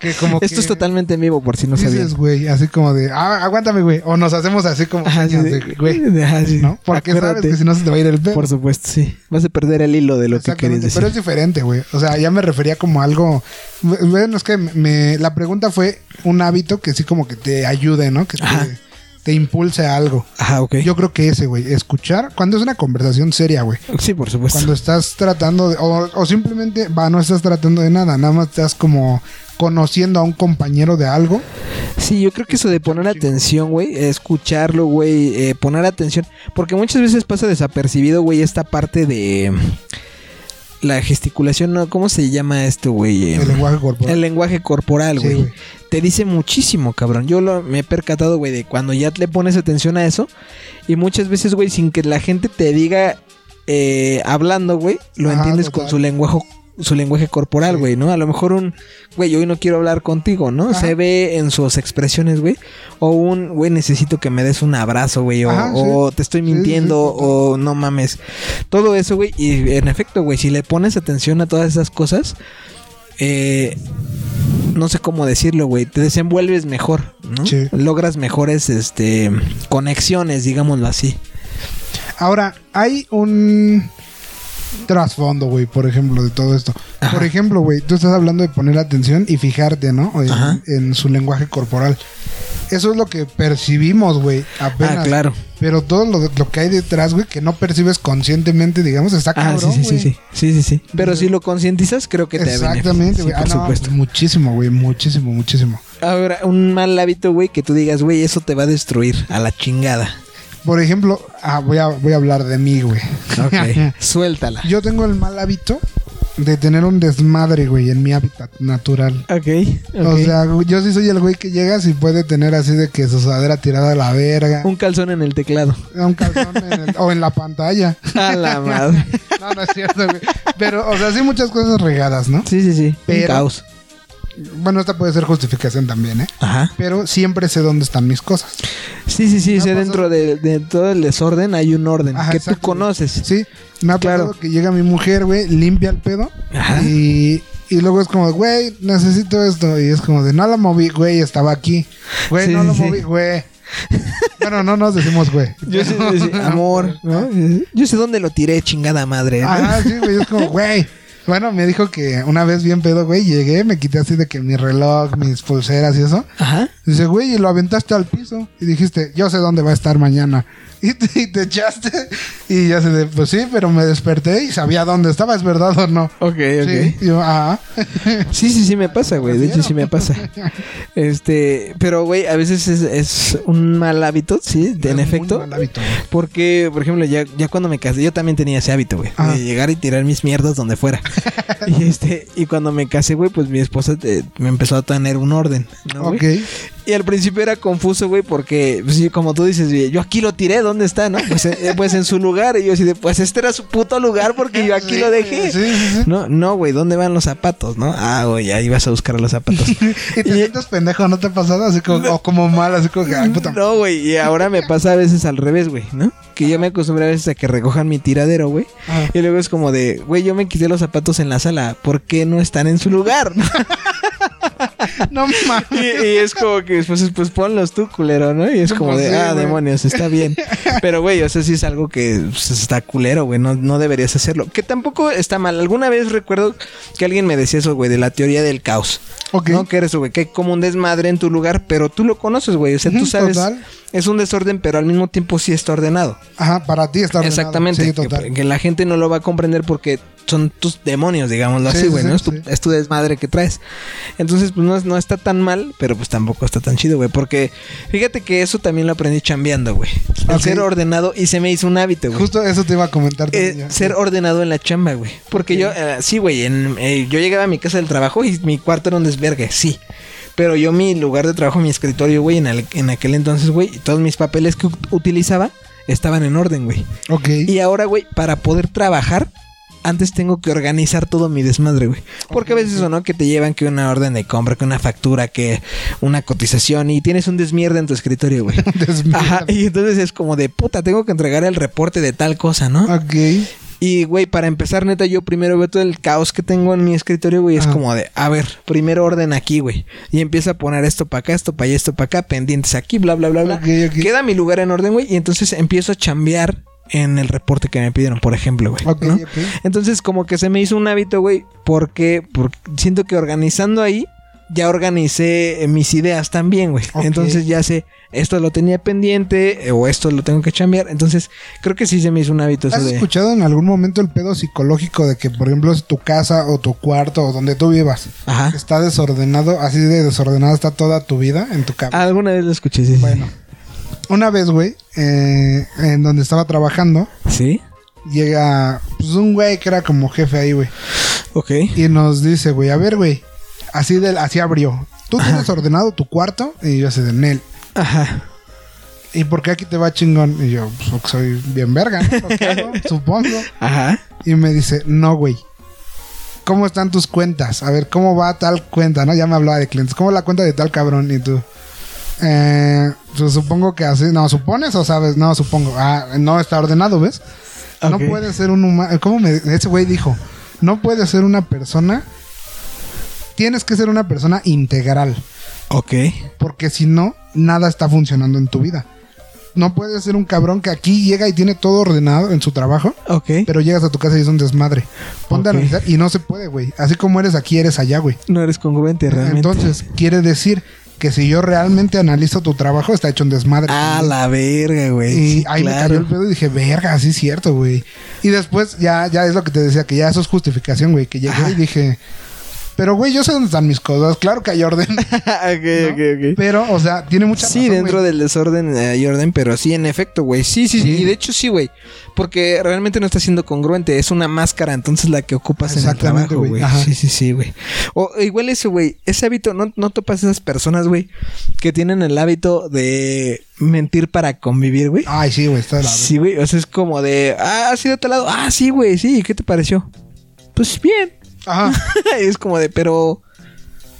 que como
Esto
que
es totalmente en vivo, por si no sabías.
Dices, güey, así como de, ah, aguántame, güey. O nos hacemos así como,
Ajá, Ah, sí,
señas
sí.
de, güey,
Ajá, sí.
¿no? Porque
Acuérdate.
sabes que si no se te va a ir el pedo.
Por supuesto, sí. Vas a perder el hilo de lo que querías
Exactamente,
decir.
pero es diferente, güey. O sea, ya me refería como algo. Bueno, es que me, la pregunta fue un hábito que sí, como que te ayude, ¿no? Que
Ajá.
te, te impulse a algo.
Ajá, ok.
Yo creo que ese, güey. Escuchar cuando es una conversación seria, güey.
sí, por supuesto.
Cuando estás tratando de- o, o simplemente, va, no estás tratando de nada, nada más estás como conociendo a un compañero de algo.
Sí, yo creo que eso de poner atención, güey, escucharlo, güey, eh, poner atención, porque muchas veces pasa desapercibido, güey, esta parte de mm, la gesticulación, ¿no? ¿Cómo se llama esto, güey? Eh,
El lenguaje corporal.
el lenguaje corporal,
Sí,
güey.
güey.
Te dice muchísimo, cabrón. Yo lo, me he percatado, güey, de cuando ya le pones atención a eso. Y muchas veces, güey, sin que la gente te diga eh, hablando, güey, lo
Ah,
entiendes
total.
con su lenguaje su lenguaje corporal,
Sí.
güey, ¿no? A lo mejor un, güey, hoy no quiero hablar contigo, ¿no?
Ajá.
Se ve en sus expresiones, güey. O un, güey, necesito que me des un abrazo, güey. O,
Ajá, sí.
o te estoy
Sí, sí, sí,
mintiendo,
total.
o no mames. Todo eso, güey. Y en efecto, güey, si le pones atención a todas esas cosas, eh, no sé cómo decirlo, güey, te desenvuelves mejor, ¿no?
Sí.
Logras mejores este conexiones, digámoslo así. Ah,
Ahora, hay un trasfondo, güey, por ejemplo, de todo esto.
Ajá.
Por ejemplo, güey, tú estás hablando de poner atención y fijarte, ¿no? En,
Ajá.
en su lenguaje corporal. Eso es lo que percibimos, güey, apenas.
Ah, claro.
Pero todo lo, lo que hay detrás, güey, que no percibes conscientemente, digamos, está
Ah,
cabrón,
sí, sí, sí,
güey.
sí. Sí, sí, sí. Pero si lo concientizas, creo que te beneficia.
Exactamente,
Sí,
güey.
por
Ah, no,
supuesto.
Muchísimo, güey, muchísimo, muchísimo.
Ahora, un mal hábito, güey, que tú digas, güey, eso te va a destruir a la chingada.
Por ejemplo, ah, voy, a, voy a hablar de mí, güey.
Ok. Suéltala.
Yo tengo el mal hábito de tener un desmadre, güey, en mi hábitat natural.
Ok. ok.
O sea, güey, yo sí soy el güey que llegas y puede tener así de que su sudadera tirada a la verga.
un calzón en el teclado.
Un calzón en el- o en la pantalla.
A la madre.
No, no es cierto, güey. Pero, o sea, sí muchas cosas regadas, ¿no?
Sí, sí, sí. Un
Pero-
caos.
Bueno, esta puede ser justificación también, ¿eh?
Ajá.
Pero siempre sé dónde están mis cosas.
Sí, sí, sí.
Me
o sea,
ha pasado-
dentro de, de todo el desorden hay un orden
Ajá,
que tú
exacto.
conoces.
Sí, me ha
Claro.
pasado que llega mi mujer, güey, limpia el pedo.
Ajá.
Y, y luego es como, güey, necesito esto. Y es como de, no la moví, güey, estaba aquí. Güey,
Sí,
no lo
sí, sí.
moví, güey. bueno, no nos decimos, güey.
Yo sé, yo sé, amor, ¿no? Yo sé dónde lo tiré, chingada madre. ¿no?
Ajá, sí, güey, es como, güey. Bueno, me dijo que una vez bien pedo, güey, llegué, me quité así de que mi reloj, mis pulseras y eso.
Ajá.
Dice, güey, y lo aventaste al piso. Y dijiste, yo sé dónde va a estar mañana. Y te, y te echaste. Y ya se de, pues sí, pero me desperté y sabía dónde estaba, ¿es verdad o no?
Ok,
Sí,
ok.
Y yo, ah.
Sí, sí, sí me pasa, güey. De hecho, sí me pasa. Este, pero, güey, a veces es, es un mal hábito, sí, de- en
Es muy
efecto.
mal hábito, güey.
Porque, por ejemplo, ya, ya cuando me casé, yo también tenía ese hábito, güey.
Ah.
De llegar y tirar mis mierdas donde fuera. y este, y cuando me casé, güey, pues mi esposa eh, me empezó a tener un orden, ¿no, güey?
Ok.
Y al principio era confuso, güey, porque, pues, sí, como tú dices, güey, yo aquí lo tiré, ¿dónde está, no? Pues, eh, pues en su lugar. Y yo así de, pues este era su puto lugar porque yo aquí
Sí,
lo
güey,
dejé.
Sí, sí, sí.
No, no, güey, ¿dónde van los zapatos, no? Ah, güey, ahí vas a buscar los zapatos.
Y te
Y-
sientes pendejo, ¿no te ha pasado? Así como, o como mal, así como que, ay, puta.
Mm, No, güey, y ahora me pasa a veces al revés, güey, ¿no? Que yo me acostumbré a veces a que recojan mi tiradero, güey.
Ajá.
Y luego es como de, güey, yo me quité los zapatos en la sala, ¿por qué no están en su lugar?
Ah, No mames.
Y, y es como que después, es, pues ponlos tú, culero, ¿no? Y es como
Pues
de,
sí,
ah,
güey.
demonios, está bien. Pero, güey, o sea, sí es algo que pues, está culero, güey, no, no deberías hacerlo. Que tampoco está mal. Alguna vez recuerdo que alguien me decía eso, güey, de la teoría del caos.
Ok.
No, que eres, güey, que hay como un desmadre en tu lugar, pero tú lo conoces, güey. O sea,
Ujú,
tú sabes,
total.
es un desorden, pero al mismo tiempo sí está ordenado.
Ajá, para ti está ordenado.
Exactamente.
Sí,
que-
total.
Que, la gente no lo va a comprender porque son tus demonios, digámoslo
Sí,
así,
sí,
güey.
sí,
¿no? es, tu,
sí.
es tu desmadre que traes. Entonces, pues no, es- no está tan mal, pero pues tampoco está tan chido, güey. Porque fíjate que eso también lo aprendí chambeando, güey. El
Ok.
ser ordenado y se me hizo un hábito, güey.
Ah, Justo eso te iba a comentar
Eh,
también yo.
ser ordenado en la chamba, güey. Porque yo, eh, sí, güey, en- eh, yo llegaba a mi casa del trabajo y mi cuarto era un desvergue, sí. Pero yo mi lugar de trabajo, mi escritorio, güey, en, al- en aquel entonces, güey, todos mis papeles que ut- utilizaba estaban en orden, güey.
Ok.
Y ahora, güey, para poder trabajar, antes tengo que organizar todo mi desmadre, güey. Porque a veces o no que te llevan que una orden de compra, que una factura, que una cotización y tienes un desmierde en tu escritorio, güey.
Desmierda.
Ajá, y entonces es como de puta, tengo que entregar el reporte de tal cosa, ¿no?
Ok.
Y, güey, para empezar, neta, yo primero veo todo el caos que tengo en mi escritorio, güey. Es
Ajá.
como de, a ver, primero orden aquí, güey. Y empieza a poner esto para acá, esto para allá, esto para acá, pendientes aquí, bla, bla, bla, bla.
Ok, ok.
Queda mi lugar en orden, güey. Y entonces empiezo a chambear en el reporte que me pidieron, por ejemplo, güey.
Ok,
¿no?
ok.
Entonces, como que se me hizo un hábito, güey, porque, porque siento que organizando ahí ya organicé eh, mis ideas también, güey.
Ok.
Entonces ya sé, esto lo tenía pendiente eh, o esto lo tengo que chambear. Entonces, creo que sí se me hizo un hábito eso
¿Has
de.
escuchado en algún momento el pedo psicológico de que, por ejemplo, es tu casa o tu cuarto o donde tú vivas?
Ajá.
Está desordenado, así de desordenada está toda tu vida en tu cabeza.
Ah, Alguna vez lo escuché, sí. sí.
Bueno, una vez, güey, eh, en donde estaba trabajando,
¿Sí?
llega pues, un güey que era como jefe ahí, güey,
Ok.
y nos dice, güey, a ver, güey, así, del así abrió. Tú tienes ordenado tu cuarto y yo así de Nel.
Ajá.
¿Y por qué aquí te va chingón? Y yo, pues porque soy bien verga, ¿no? Lo que hago, supongo.
Ajá.
Y me dice, no, güey. ¿Cómo están tus cuentas? A ver, ¿cómo va tal cuenta? ¿No? Ya me hablaba de clientes. ¿Cómo la cuenta de tal cabrón? Y tú. Eh, pues, supongo que así. No, ¿supones o sabes? No, supongo. Ah, no está ordenado, ¿ves? No
Ok.
puede ser un humano. ¿Cómo me.? Ese güey dijo, no puede ser una persona. Tienes que ser una persona integral.
Ok.
Porque si no, nada está funcionando en tu vida. No puede ser un cabrón que aquí llega y tiene todo ordenado en su trabajo
Ok.
pero llegas a tu casa y es un desmadre. Ponte
Ok.
a analizar y no se puede, güey. Así como eres aquí, eres allá, güey.
No eres congruente realmente.
Entonces, quiere decir que si yo realmente analizo tu trabajo, está hecho un desmadre.
Ah,
También.
la verga, güey.
Y
Sí,
ahí me
claro.
cayó el pedo y dije, verga, sí es cierto, güey. Y después ya, ya es lo que te decía, que ya eso es justificación, güey. Que llegué
Ajá.
y dije, pero güey, yo sé dónde están mis cosas. Claro que hay orden.
ok, ok, ok.
pero, o sea, tiene mucha
Sí,
razón,
dentro
güey.
del desorden eh, hay orden, pero sí, en efecto, güey. Sí, sí, sí. Y de hecho, sí, güey. Porque realmente no está siendo congruente. Es una máscara, entonces la que ocupas en el
Exactamente,
trabajo,
güey.
güey.
Ajá.
Sí, sí, sí, güey. O igual eso, güey. Ese hábito, no, no topas esas personas, güey, que tienen el hábito de mentir para convivir, güey.
Ay, sí, güey, está de la verga.
Sí, güey. O sea, es como de, ah, has ido a tal lado. Ah, sí, güey, sí. ¿y ¿Qué te pareció? Pues bien.
Ajá.
Y es como de, pero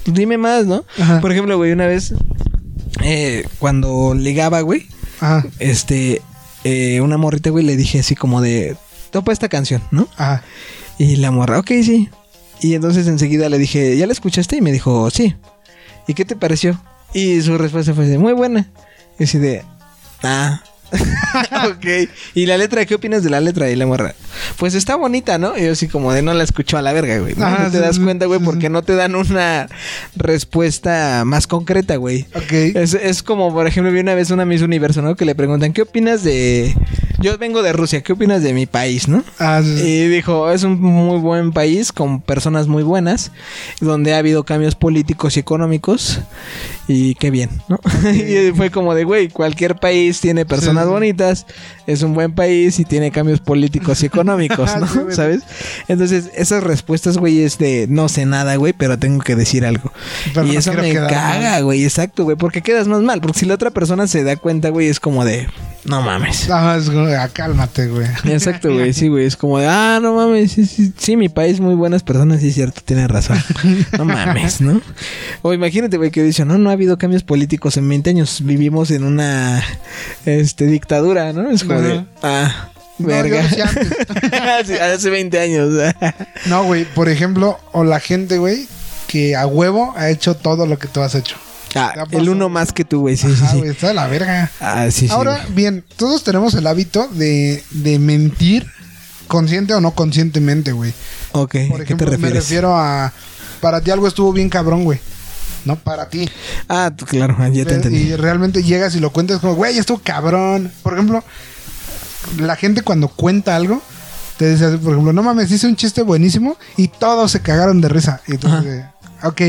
pues dime más, ¿no?
Ajá.
Por ejemplo, güey, una vez eh, cuando ligaba, güey,
Ajá.
este, eh, una morrita, güey, le dije así como de, topa esta canción, ¿no?
Ajá.
Y la morra, ok, sí. Y entonces enseguida le dije, ¿ya la escuchaste? Y me dijo, sí. ¿Y qué te pareció? Y su respuesta fue de, muy buena. Y así de, ah. ok. ¿Y la letra? ¿Qué opinas de la letra? Y la morra, pues está bonita, ¿no? Y yo así como de, no la escuchó a la verga, güey. ¿no?
Ajá,
No te
sí,
das
sí,
cuenta, güey,
sí,
porque
sí.
no te dan una respuesta más concreta, güey.
Ok.
Es, es como, por ejemplo, vi una vez una Miss Universo, ¿no? Que le preguntan, ¿qué opinas de... Yo vengo de Rusia, ¿qué opinas de mi país, no?
Ah, sí, sí.
Y dijo, es un muy buen país con personas muy buenas, donde ha habido cambios políticos y económicos, y qué bien, ¿no? y fue como de, güey, cualquier país tiene personas
Sí.
bonitas, es un buen país y tiene cambios políticos y económicos, ¿no?
Sí, güey.
¿Sabes? Entonces, esas respuestas, güey, es de, no sé nada, güey, pero tengo que decir algo.
Pero
y
no
eso
quiero
me
quedar
caga, güey, exacto, güey, porque quedas más mal, porque si la otra persona se da cuenta, güey, es como de, no mames.
Ajá, es como, ah, cálmate, güey.
Exacto, güey, sí, güey. Es como de, ah, no mames, sí, sí, sí, mi país, muy buenas personas, sí, es cierto, tienes razón. No mames, ¿no? O imagínate, güey, que dice, no, no ha habido cambios políticos en 20 años, vivimos en una, este, dictadura, ¿no? Es como de,
Ajá.
ah,
No,
verga.
yo decía antes.
Sí, hace 20 años. Ah,
No, güey, por ejemplo, o la gente, güey, que a huevo ha hecho todo lo que tú has hecho.
Ah,
Ya
el
pasó.
uno más que tú, güey. Sí, sí,
Ah,
sí.
güey, está de la verga.
Ah, sí, sí.
Ahora,
güey.
bien, todos tenemos el hábito de, de mentir, consciente o no conscientemente, güey.
ok,
Por
¿a ¿qué te
ejemplo, me
refieres?
refiero a. Para ti algo estuvo bien cabrón, güey. No para ti.
Ah, tú, claro, ah, ya te
Ve-
entendí.
Y realmente llegas y lo cuentas como, güey, estuvo cabrón. Por ejemplo, la gente cuando cuenta algo, te dice, así, por ejemplo, no mames, hice un chiste buenísimo y todos se cagaron de risa. Y entonces, eh, ok.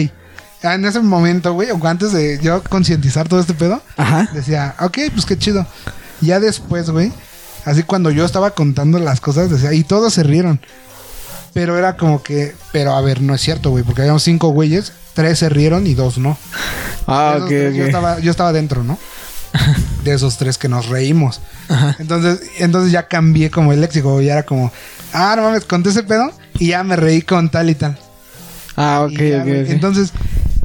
Ah, En ese momento, güey, o antes de yo concientizar todo este pedo,
Ajá.
decía, ok, pues qué chido. Ya después, güey, así cuando yo estaba contando las cosas, decía, y todos se rieron. Pero era como que, pero a ver, no es cierto, güey, porque habíamos cinco güeyes, tres se rieron y dos no.
Ah,
Esos
ok,
tres, Yo,
ok.
estaba, yo estaba dentro, ¿no? De esos tres que nos reímos. Entonces, entonces ya cambié como el léxico, ya era como, ah, no mames, conté ese pedo y ya me reí con tal y tal.
Ah, ok,
Y ya,
ok,
güey.
ok.
Entonces,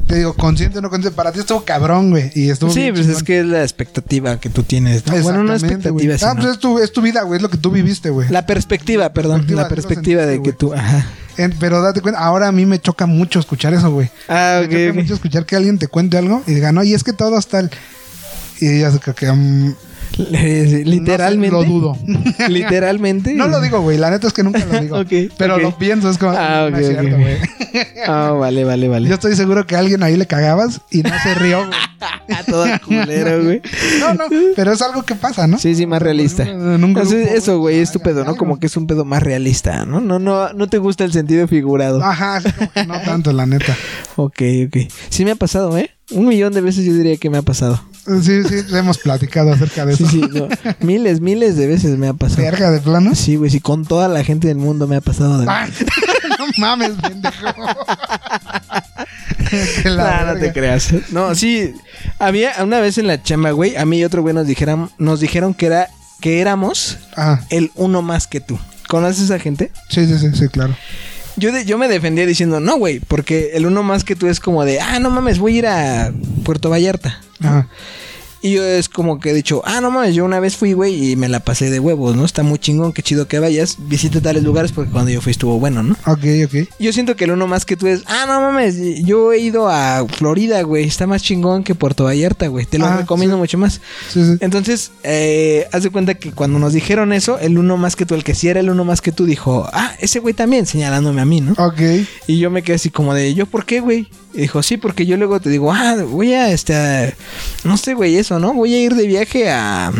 te digo, consciente o no consciente, para ti estuvo cabrón, güey. Y estuvo
Sí,
bien
pues
chingón.
es que es la expectativa que tú tienes. ¿no? Bueno, no
Exactamente, güey.
expectativa,
Ah,
sino...
pues es tu, es tu vida, güey, es lo que tú viviste, güey.
La perspectiva, perdón.
Perspectiva,
la
tú lo
perspectiva de
sentiste,
que tú. Ajá.
En- Pero date cuenta, ahora a mí me choca mucho escuchar eso, güey.
Ah,
Me choca
ok.
mucho
ok.
escuchar que alguien te cuente algo y diga, no, y es que todo está... el-". Y ya se creo que... mm,
Le- Literalmente.
No sé, lo dudo.
Literalmente.
no lo digo, güey, la neta es que nunca lo digo.
Ok,
pero
ok.
lo pienso, es como...
Ah,
no es
ok, ok,
cierto,
ok.
güey.
Ah, vale, vale, vale.
Yo estoy seguro que a alguien ahí le cagabas y no se rió, güey.
Ah, toda culera, güey.
No, no, pero es algo que pasa, ¿no?
Sí, sí, más realista.
En un grupo, Ah,
Entonces, eso, güey, es tu pedo, ¿no?
algo.
Como que es un pedo más realista, ¿no? No, no, no te gusta el sentido figurado.
Ajá, así como que no tanto, la neta.
Ok, ok. Sí me ha pasado, ¿eh? Un millón de veces yo diría que me ha pasado.
Sí, sí, hemos platicado acerca de
Sí,
eso.
sí, no. Miles, miles de veces me ha pasado.
Verga de plano.
Sí, güey, sí, con toda la gente del mundo me ha pasado. De...
Ay, no mames, pendejo. Que la
Nah, no
verga.
te creas. No, sí. Había una vez en la chamba, güey, a mí y otro güey nos dijeron, nos dijeron que era que éramos
Ah,
el uno más que tú. ¿Conoces a gente?
sí, sí, sí, sí, claro.
Yo, de- yo me defendía diciendo, no, güey, porque el uno más que tú es como de, ah, no mames, voy a ir a Puerto Vallarta.
Ajá.
Y yo es como que he dicho, ah, no mames, yo una vez fui, güey, y me la pasé de huevos, ¿no? Está muy chingón, qué chido que vayas, visita tales lugares porque cuando yo fui estuvo bueno, ¿no?
Ok, ok.
Yo siento que el uno más que tú es, ah, no mames, yo he ido a Florida, güey, está más chingón que Puerto Vallarta, güey, te lo
Ah,
recomiendo
sí.
mucho más.
Sí, sí.
Entonces, eh, haz de cuenta que cuando nos dijeron eso, el uno más que tú, el que sí era el uno más que tú, dijo, ah, ese güey también, señalándome a mí, ¿no?
Ok.
Y yo me quedé así como de, ¿yo por qué, güey? Y dijo, sí, porque yo luego te digo, ah, voy a, este, a- no sé, güey, eso, ¿no? Voy a ir de viaje a,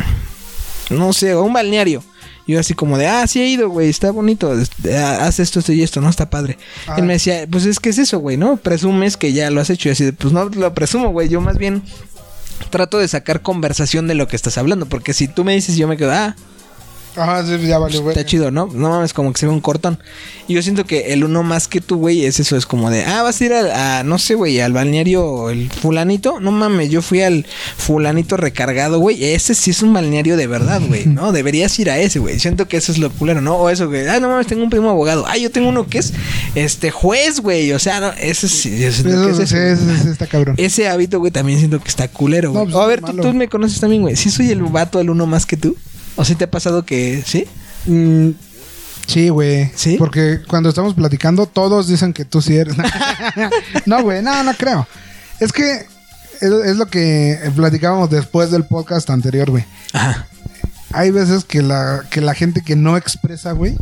no sé, a un balneario. Y yo así como de, ah, sí he ido, güey, está bonito, este, ah, haz esto, esto y esto, ¿no? Está padre.
Ah.
Él me decía, pues es que es eso, güey, ¿no? Presumes que ya lo has hecho. Y así, de, pues no lo presumo, güey, yo más bien trato de sacar conversación de lo que estás hablando. Porque si tú me dices, yo me quedo, ah,
Ajá, sí, ya valió, güey.
Está chido, ¿no? No mames, como que se ve un cortón. Y yo siento que el uno más que tú, güey, es eso, es como de, ah, vas a ir al- a, no sé, güey, al balneario, el fulanito. No mames, yo fui al fulanito recargado, güey. Ese sí es un balneario de verdad, güey, ¿no? Deberías ir a ese, güey. Siento que eso es lo culero, ¿no? O eso, güey, ah, no mames, tengo un primo abogado. Ah, yo tengo uno que es, este, juez, güey. O sea, no, ese sí, yo siento que
Eso,
es
sí,
eso, güey.
sí, sí, está cabrón.
Ese hábito, güey, también siento que está culero,
No,
güey.
pues,
O a ver,
es
tú,
malo.
tú me conoces también, güey. ¿Sí soy el vato, el uno más que tú? ¿O si te ha pasado que, sí?
Mm, sí, güey.
¿Sí?
Porque cuando estamos platicando, todos dicen que tú sí eres. no, güey, no, no creo. Es que es, es lo que platicábamos después del podcast anterior, güey.
Ajá.
Hay veces que la, que la gente que no expresa, güey,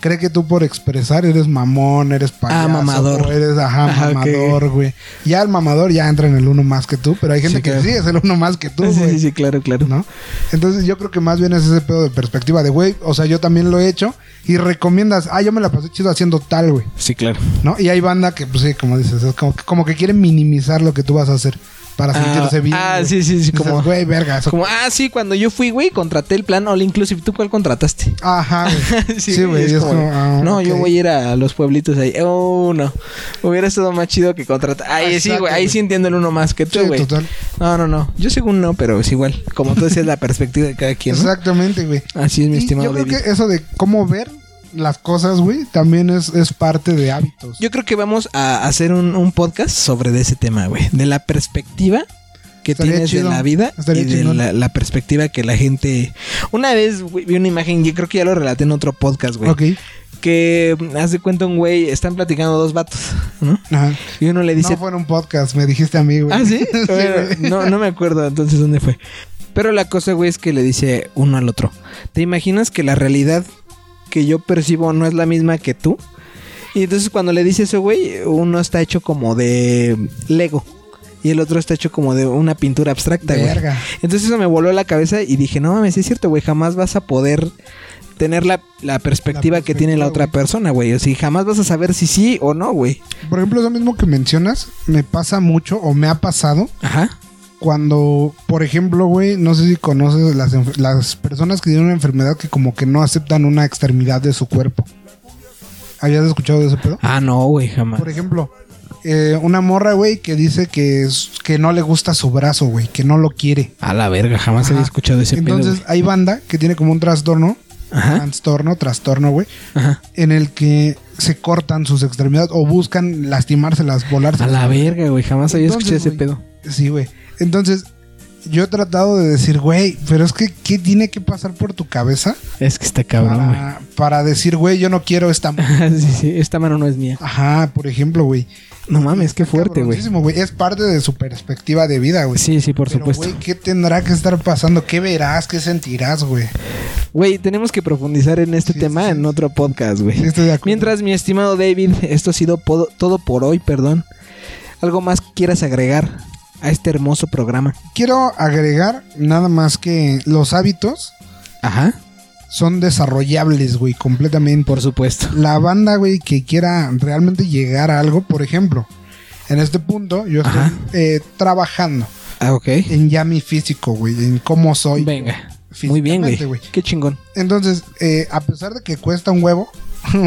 cree que tú por expresar eres mamón, eres payaso.
Ah, mamador.
o eres, ajá,
Ajá, ok.
mamador, güey. Ya el mamador ya entra en el uno más que tú, pero hay gente
Sí,
que
claro.
sí es el uno más que tú, güey.
sí, sí, sí, claro, claro.
¿no? Entonces yo creo que más bien es ese pedo de perspectiva de, güey, o sea, yo también lo he hecho y recomiendas, ah, yo me la pasé chido haciendo tal, güey,
Sí, claro.
¿no? Y hay banda que, pues sí, como dices, es como, que- como que quiere minimizar lo que tú vas a hacer para
Ah,
sentirse bien.
ah,
güey.
sí, sí, sí,
Dices,
como-
Güey, verga, eso-
Como, ah, sí, cuando yo fui, güey, contraté el plan All Inclusive. ¿Tú cuál contrataste?
Ajá, güey. sí, güey, y es como, ah,
no, yo
ok.
voy a ir a los pueblitos ahí. Oh, no. Hubiera estado más chido que contratar. Ahí sí, güey. Ahí sí entiendo el uno más que tú,
Sí,
güey.
total.
no, no, no. Yo según no, pero es igual. Como tú decías, la perspectiva de cada quien. ¿no?
Exactamente, güey.
Así es, mi
Y
estimado
Yo creo
David.
que eso de cómo ver las cosas, güey, también es, es parte de hábitos.
Yo creo que vamos a hacer un, un podcast sobre de ese tema, güey. De la perspectiva que
Estaría
tienes
chido.
de la vida
Estaría
y de
chingón.
la, la perspectiva que la gente... Una vez güey, vi una imagen, yo creo que ya lo relaté en otro podcast, güey.
ok.
que mm, haz de cuenta un güey, están platicando dos vatos, ¿no?
Ajá.
Y uno le dice,
No fue en un podcast, me dijiste a mí, güey.
¿Ah, sí? Bueno,
güey.
no, no me acuerdo entonces dónde fue. Pero la cosa, güey, es que le dice uno al otro. ¿Te imaginas que la realidad que yo percibo no es la misma que tú? Y entonces cuando le dice eso, güey, uno está hecho como de Lego. Y el otro está hecho como de una pintura abstracta, güey.
Verga.
Entonces eso me voló la cabeza y dije, no mames, sí es cierto, güey, jamás vas a poder tener la, la perspectiva que tiene la
perspectiva,
otra
güey.
persona, güey. O sea, jamás vas a saber si sí o no, güey.
Por ejemplo, eso mismo que mencionas, me pasa mucho o me ha pasado
Ajá.
cuando, por ejemplo, güey, no sé si conoces las, enf- las personas que tienen una enfermedad que como que no aceptan una extremidad de su cuerpo. ¿Habías escuchado de ese pedo?
Ah, no, güey, jamás.
Por ejemplo, eh, una morra, güey, que dice que, es- que no le gusta su brazo, güey, que no lo quiere.
A la verga, jamás
Ajá.
había escuchado ese
Entonces
pedo.
hay banda que tiene como un trastorno,
güey. Ajá,
trastorno, trastorno, güey,
ajá.
en el que se cortan sus extremidades o buscan lastimárselas,
A
volárselas.
la verga, güey, jamás había
pues, Entonces,
escuchado ese
güey,
pedo.
Sí, güey. Entonces, yo he tratado de decir, güey, pero es que, ¿qué tiene que pasar por tu cabeza
Es que está cabrón, güey.
para, para decir, güey, yo no quiero esta... m-".
sí, sí, esta mano no es mía.
Ajá, por ejemplo, güey.
No mames, qué
Está
fuerte, güey.
cabroncísimo, güey. Es parte de su perspectiva de vida, güey.
Sí, sí, por
Pero,
supuesto.
güey, ¿qué tendrá que estar pasando? ¿Qué verás? ¿Qué sentirás, güey?
Güey, tenemos que profundizar en este
Sí,
tema
sí, sí.
en otro podcast, güey.
Sí, estoy de acuerdo.
Mientras, mi estimado David, esto ha sido podo- todo por hoy, perdón. ¿Algo más que quieras agregar a este hermoso programa?
Quiero agregar nada más que los hábitos
Ajá,
son desarrollables, güey, completamente.
por supuesto.
la banda, güey, que quiera realmente llegar a algo, por ejemplo, en este punto yo estoy
Ajá.
eh, trabajando
Ah, ok.
en ya mi físico, güey, en cómo soy.
Venga. Muy bien, güey.
físicamente,
Qué chingón.
Entonces, eh, a pesar de que cuesta un huevo,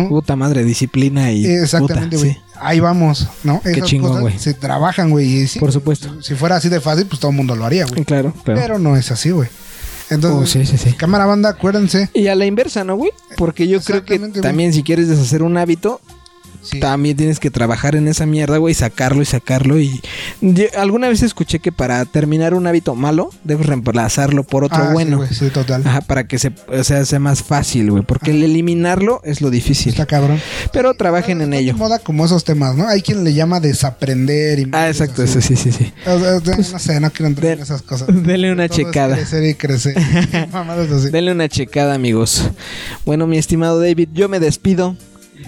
Puta madre, disciplina y.
eh, exactamente,
puta,
güey,
sí.
ahí vamos, ¿no?
chingón, güey.
se trabajan, güey, y sí,
Por supuesto.
si fuera así de fácil, pues todo el mundo lo haría, güey.
Eh, Claro, claro.
Pero no es así, güey. Entonces,
Oh, sí, sí, sí.
cámara banda, acuérdense.
Y a la inversa, ¿no, güey? Porque yo creo que
Exactamente, güey.
también si quieres deshacer un hábito,
Sí.
también tienes que trabajar en esa mierda, güey, sacarlo y sacarlo. Y Yo alguna vez escuché que para terminar un hábito malo, debes reemplazarlo por otro
Ah, sí,
bueno.
güey, sí, total.
Ajá, para que se, o sea, sea más fácil, güey. Porque el eliminarlo es lo difícil.
Está cabrón.
Pero trabajen en
Está
ello.
moda como esos temas, ¿no? Hay quien le llama desaprender y
Ah, exacto, eso sí, sí, sí.
O sea, de- no sé, no quiero entrar
den-
en esas cosas.
denle una
Todo es
checada.
Crecer y crecer. Mamadas así.
Denle una checada, amigos. Bueno, mi estimado David, yo me despido.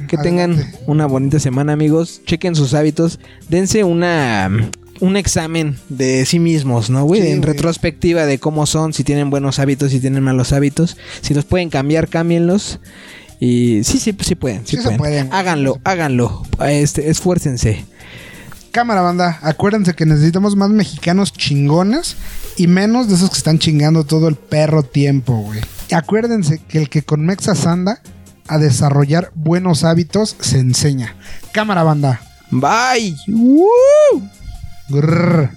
Que tengan
Adelante.
una bonita semana, amigos. Chequen sus hábitos. Dense una un examen de sí mismos, ¿no, güey?
Sí,
en
güey.
retrospectiva de cómo son, si tienen buenos hábitos, si tienen malos hábitos. Si los pueden cambiar, cámbienlos. Y sí, sí, sí pueden. Sí,
Sí se
pueden.
pueden, güey.
Háganlo, háganlo. Este, esfuércense.
Cámara, banda. Acuérdense que necesitamos más mexicanos chingones y menos de esos que están chingando todo el perro tiempo, güey. Y Acuérdense que el que con Mexas anda a desarrollar buenos hábitos se enseña. Cámara, banda.
Bye. ¡Woo!
Grrr.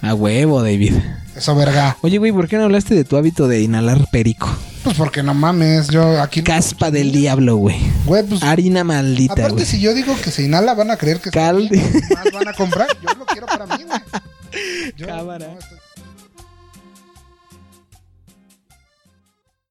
A huevo, David.
Eso, verga.
Oye, güey, ¿por qué no hablaste de tu hábito de inhalar perico?
Pues porque no mames, yo aquí...
Caspa del diablo, güey.
Güey, pues...
Harina maldita,
Aparte,
güey.
si yo digo que se inhala, van a creer que
Calde.
más van a comprar. Yo lo quiero para mí, güey. Yo
Cámara.
no estoy-